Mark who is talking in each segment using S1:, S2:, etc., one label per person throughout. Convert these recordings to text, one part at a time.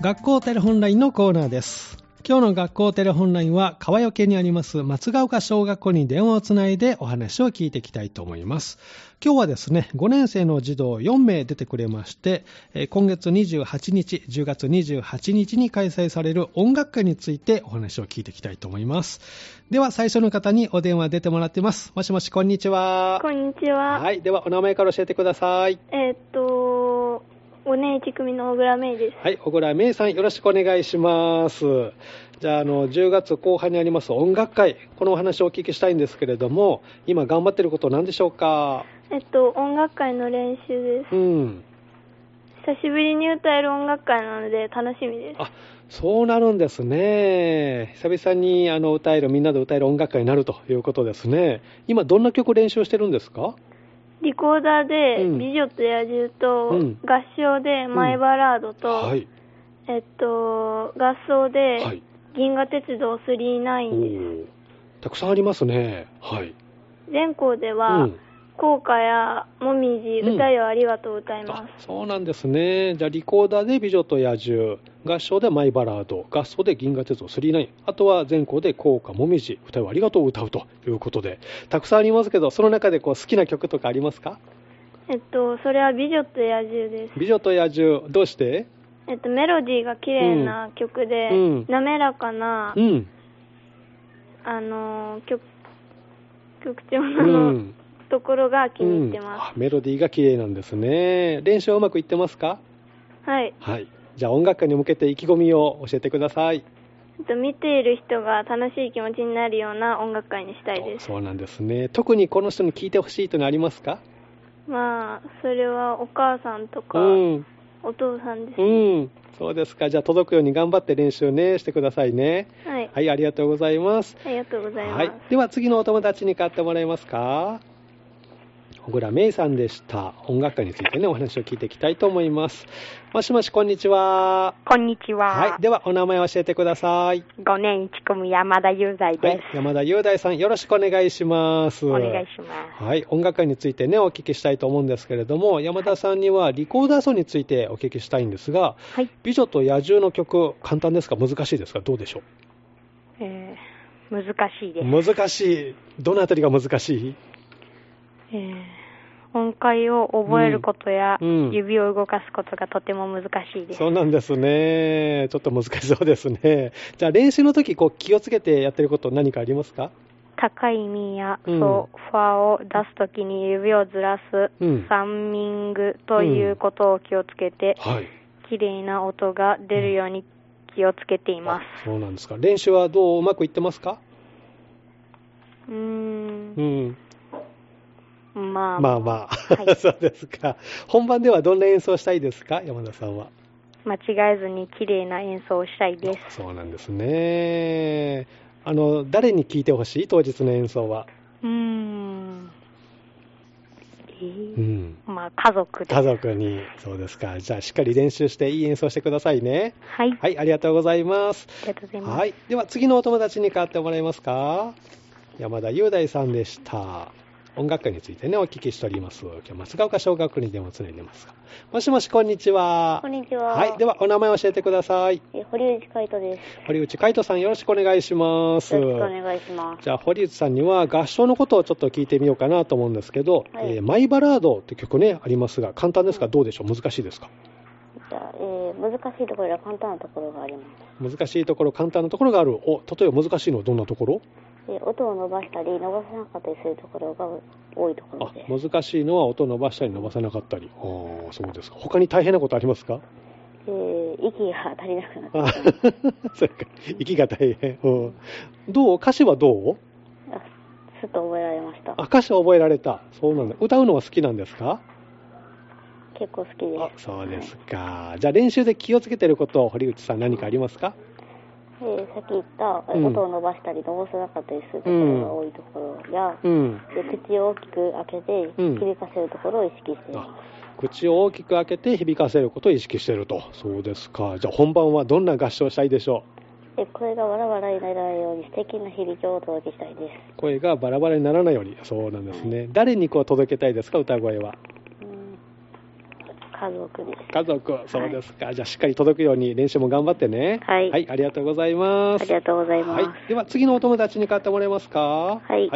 S1: 学校テレホンラインのコーナーです今日の学校テレホンラインは川除にあります松ヶ丘小学校に電話をつないでお話を聞いていきたいと思います今日はですね5年生の児童4名出てくれましてえー今月28日10月28日に開催される音楽会についてお話を聞いていきたいと思いますでは最初の方にお電話出てもらってますもしもしこんにちは
S2: こんにちは。
S1: はいではお名前から教えてください
S2: えーっと、お姉一組の小倉芽衣です。
S1: はい、小倉芽衣さん、よろしくお願いします。じゃあ、あの、10月後半にあります音楽会、このお話をお聞きしたいんですけれども、今頑張ってること何でしょうか
S2: えっと、音楽会の練習で
S1: う
S2: す。
S1: ん。
S2: 久しぶりに歌える音楽会なので楽しみです。
S1: あ、そうなるんですね。久々に、あの、歌える、みんなで歌える音楽会になるということですね。今、どんな曲練習してるんですか
S2: リコーダーで、
S1: うん
S2: 美女と野獣と、
S1: うん
S2: 合唱で、
S1: ん
S2: マイバラードと、
S1: はい。
S2: えっと、合奏で、
S1: はい
S2: 銀河鉄道
S1: お
S2: 39です。
S1: ーたくさんありますね。はい。
S2: 全校では、
S1: うん
S2: 校歌やもみじ、
S1: うん
S2: 歌よありがとうを歌います。
S1: あそうなんですねじゃあリコーダーで「美女と野獣」合唱で「マイバラード」合奏で「銀河鉄道999」あとは全校で「校歌もみじ」「歌をありがとう」を歌うということでたくさんありますけどその中でこう好きな曲とかありますか
S2: えっと、それは美女と野獣です。
S1: 「美女と野獣」どうして
S2: えっと、メロディーが綺麗な曲で、
S1: うん
S2: 滑らかな、
S1: うん
S2: あのー曲曲調
S1: う
S2: の
S1: ん
S2: ところが気に入って
S1: うん
S2: ま
S1: あメロディーが綺麗なんですね練習はうまくいってますか
S2: す、はい、
S1: はいじゃあ音楽会に向けて意気込みを教えてください
S2: えっと、見ている人が楽しい気持ちになるような音楽会にしたいです
S1: そうなんですね特にこの人に聞いてほしいというのありますか
S2: まあそれはお母さんとか、
S1: うん
S2: お父さんです、
S1: うん、そうですか。じゃあ届くように頑張って練習ね、してくださいね。
S2: はい、
S1: はい、ありがとうございます。
S2: ありがとうございます、
S1: はい、では次のお友達に買ってもらえますか。小倉芽衣さんでした。音楽家についてね、お話を聞いていきたいと思います。もしもし、こんにちは。
S3: こんにちは。
S1: はい、ではお名前を教えてください。
S3: 5年1組山田雄大
S1: は
S3: で
S1: い
S3: す、、
S1: 山田雄大さん、よろしくお願いします。
S3: お願いします。
S1: はい、音楽会についてね、お聞きしたいと思うんですけれども、山田さんにはリコーダー奏についてお聞きしたいんですが、
S3: はい。
S1: 美女と野獣の曲、簡単ですか難しいですかどうでしょ
S3: えー、難しいで
S1: う
S3: す。
S1: 難しい。どのあたりが難しい
S3: えー音階を覚えることや、
S1: うんうん
S3: 指を動かすことがとても難しいです。
S1: そうなんですね。ちょっと難しそうですね。じゃあ練習の時、こう気をつけてやってること何かありますか
S3: 高いミや
S1: うん
S3: ソファを出すときに指をずらす、
S1: うん
S3: サンミングということを気をつけて、
S1: はい。
S3: 綺麗な音が出るように気をつけていま
S1: あ
S3: す。
S1: そうなんですか。練習はどううまくいってますか
S3: うーん
S1: う、ん。
S3: まあ、
S1: まあまあ。
S3: はい
S1: そうですか。本番ではどんな演奏をしたいですか山田さんは。
S3: 間違えずに綺麗な演奏をしたいです。
S1: そうなんですね。あの、誰に聞いてほしい当日の演奏は。
S3: うーん。え
S1: う
S3: ー
S1: ん。
S3: まあ、家族で。
S1: 家族に。そうですか。じゃあ、しっかり練習して、いい演奏してくださいね。
S3: はい。あ
S1: はい、ありがとうございます。
S3: りがとうございます。
S1: はい。では、次のお友達に代わってもらえますか。山田雄大さんでした。音楽会についてね、お聞きしております。今日、松ヶ丘小学校に電話をつないでますが。もしもし、こんにちは。
S4: こんにちは。
S1: はい。では、お名前を教えてください。
S4: え堀内海斗です。
S1: 堀内海斗さん、よろしくお願いします。
S4: よろしくお願いします。
S1: じゃあ、堀内さんには合唱のことをちょっと聞いてみようかなと思うんですけど、
S4: はい
S1: えーマイバラードって曲ね、ありますが、簡単ですか、どうでしょう難しいですか
S4: じゃあ、えー難しいところや簡単なところがあります。
S1: 難しいところ、簡単なところがある。お、例えば難しいのはどんなところ
S4: えー音を伸ばしたり、伸ばせなかったりするところが多いところ
S1: あ
S4: で、す。
S1: 難しいのは音伸ばしたり伸ばさなかったり。ああ、そうですか。他に大変なことありますか
S4: えー息が足りなくなって
S1: あ そっか。息が大変。うん。どう歌詞はどう
S4: あ、すっと覚えられました
S1: あ、。歌詞は覚えられた。そうなんだ。歌うのは好きなんですか
S4: 結構好きで
S1: あ、
S4: す。
S1: そうですか。じゃあ練習で気をつけてること、堀内さん何かありますか
S4: はい。えーさっき言った、
S1: うん
S4: 音を伸ばしたり、伸ばせなかったりするところが多いところや、
S1: うん。
S4: で口を大きく開けて、
S1: うん
S4: 響かせるところを意識してい
S1: あ
S4: ます。
S1: 口を大きく開けて響かせることを意識しているとそうですかじゃあ本番はどんな合唱をしたいでしょ
S4: で声がわらわらにならないように素敵な響きをお届けしたいです。
S1: う声がバラバラにならないようにそうなんですね誰にこう届けたいですか歌声は
S4: うん家族です。
S1: 家族、そうですか。じゃあ、しっかり届くように練習も頑張ってね。
S4: はい
S1: ありがとうございま
S4: あ
S1: す。
S4: りがとうございま
S1: はい
S4: す。。
S1: では、次のお友達に買ってもらえますか
S4: はい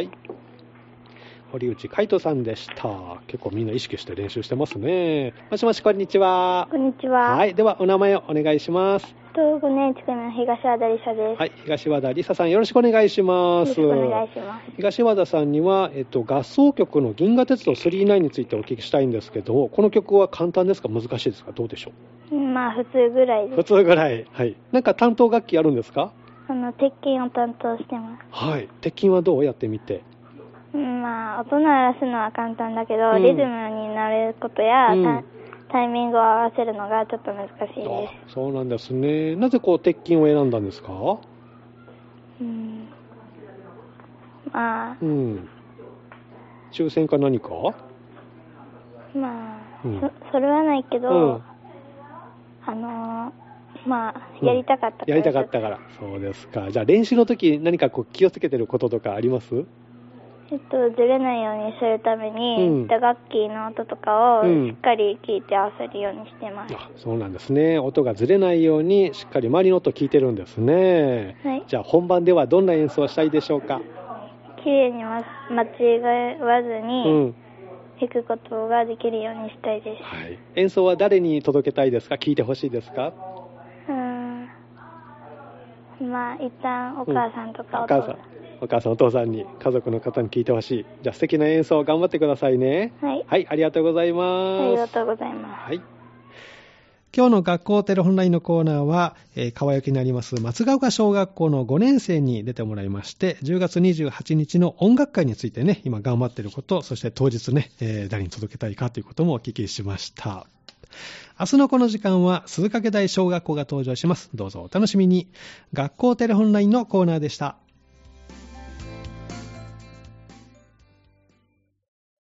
S1: 堀内海斗さんでした。結構みんな意識して練習してますね。もしもし、こんにちは。
S2: こんにちは。
S1: はい。では、お名前をお願いします。
S2: 東5年近くの東和田理沙です。
S1: はい。東和田理沙さん、よろしくお願いし
S2: よ
S1: ま
S2: ろ
S1: す。
S2: しくお願いします。
S1: 東和田さんには、えっと、合奏曲の銀河鉄道999についてお聞きしたいんですけど、この曲は簡単ですか難しいですかどうでしょ
S2: うんまあ、普通ぐらいうで
S1: 普
S2: す。
S1: 通ぐらい。はい。なんか担当楽器あるんですか
S2: あの、鉄拳を担当してます。
S1: はい。鉄筋はどうやってみて。
S2: うんまあ、音鳴らすのは簡単だけど、
S1: うん
S2: リズムになることや、
S1: うん
S2: タタイミングを合わせるのがちょっと難しいです。
S1: あそうなんですね。なぜこう、鉄筋を選んだんですか
S2: うんまあ
S1: う、ん。抽選か何か
S2: まあ、
S1: うん
S2: そそれはないけど、
S1: うん
S2: あのーま
S1: う
S2: あ、
S1: ん
S2: やりたかったから、
S1: やりたかったから。そうですか。じゃあ練習の時何かこう気をつけてることとかあります
S2: えっと、ずれないようにするために、
S1: うん
S2: 打楽器の音とか
S1: う
S2: を
S1: ん
S2: しっかり聞いて合わせるようにしてます。
S1: あそうなんですね。音がずれないようにしっかり周りの音を聞いてるんですね。
S2: はい。
S1: じゃあ本番ではどんな演奏をしたいでしょうか
S2: 綺麗にま間違わずに、。弾くことができるようにしたいです。
S1: はい。演奏は誰に届けたいですか聞いてほしいですか
S2: うーん。まあ、一旦お母さんとか
S1: お
S2: お父
S1: 母
S2: さ
S1: さん
S2: ん。。
S1: お母さん、お父さんに、家族の方に聞いてほしい。じゃあ素敵な演奏を頑張ってくださいね。
S2: はい。
S1: はい、ありがとうございます。
S2: ありがとうございます。
S1: はい。今日の学校テレホンラインのコーナーは、えー川焼にあります松ヶ丘小学校の5年生に出てもらいまして、10月28日の音楽会についてね、今頑張っていること、そして当日ね、えー誰に届けたいかということもお聞きしました。明日のこの時間は鈴掛台小学校が登場します。どうぞお楽しみに。学校テレホンラインのコーナーでした。